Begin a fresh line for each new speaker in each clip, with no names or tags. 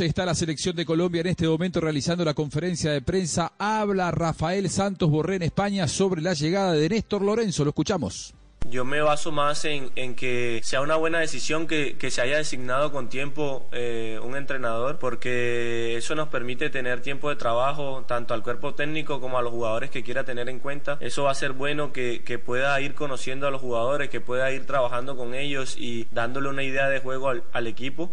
Está la selección de Colombia en este momento realizando la conferencia de prensa. Habla Rafael Santos Borré en España sobre la llegada de Néstor Lorenzo. Lo escuchamos.
Yo me baso más en, en, que sea una buena decisión que, que se haya designado con tiempo eh, un entrenador, porque eso nos permite tener tiempo de trabajo tanto al cuerpo técnico como a los jugadores que quiera tener en cuenta. Eso va a ser bueno que, que pueda ir conociendo a los jugadores, que pueda ir trabajando con ellos y dándole una idea de juego al, al equipo.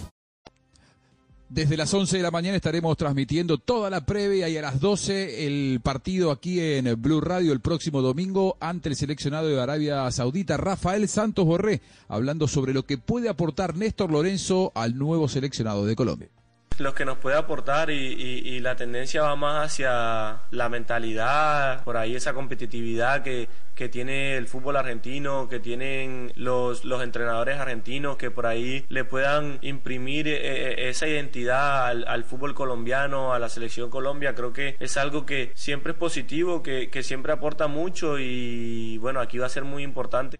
Desde las 11 de la mañana estaremos transmitiendo toda la previa y a las 12 el partido aquí en Blue Radio el próximo domingo ante el seleccionado de Arabia Saudita, Rafael Santos Borré, hablando sobre lo que puede aportar Néstor Lorenzo al nuevo seleccionado de Colombia
los que nos puede aportar y, y, y, la tendencia va más hacia la mentalidad, por ahí esa competitividad que, que tiene el fútbol argentino, que tienen los, los, entrenadores argentinos, que por ahí le puedan imprimir eh, esa identidad al, al, fútbol colombiano, a la selección Colombia. Creo que es algo que siempre es positivo, que, que siempre aporta mucho y bueno, aquí va a ser muy importante.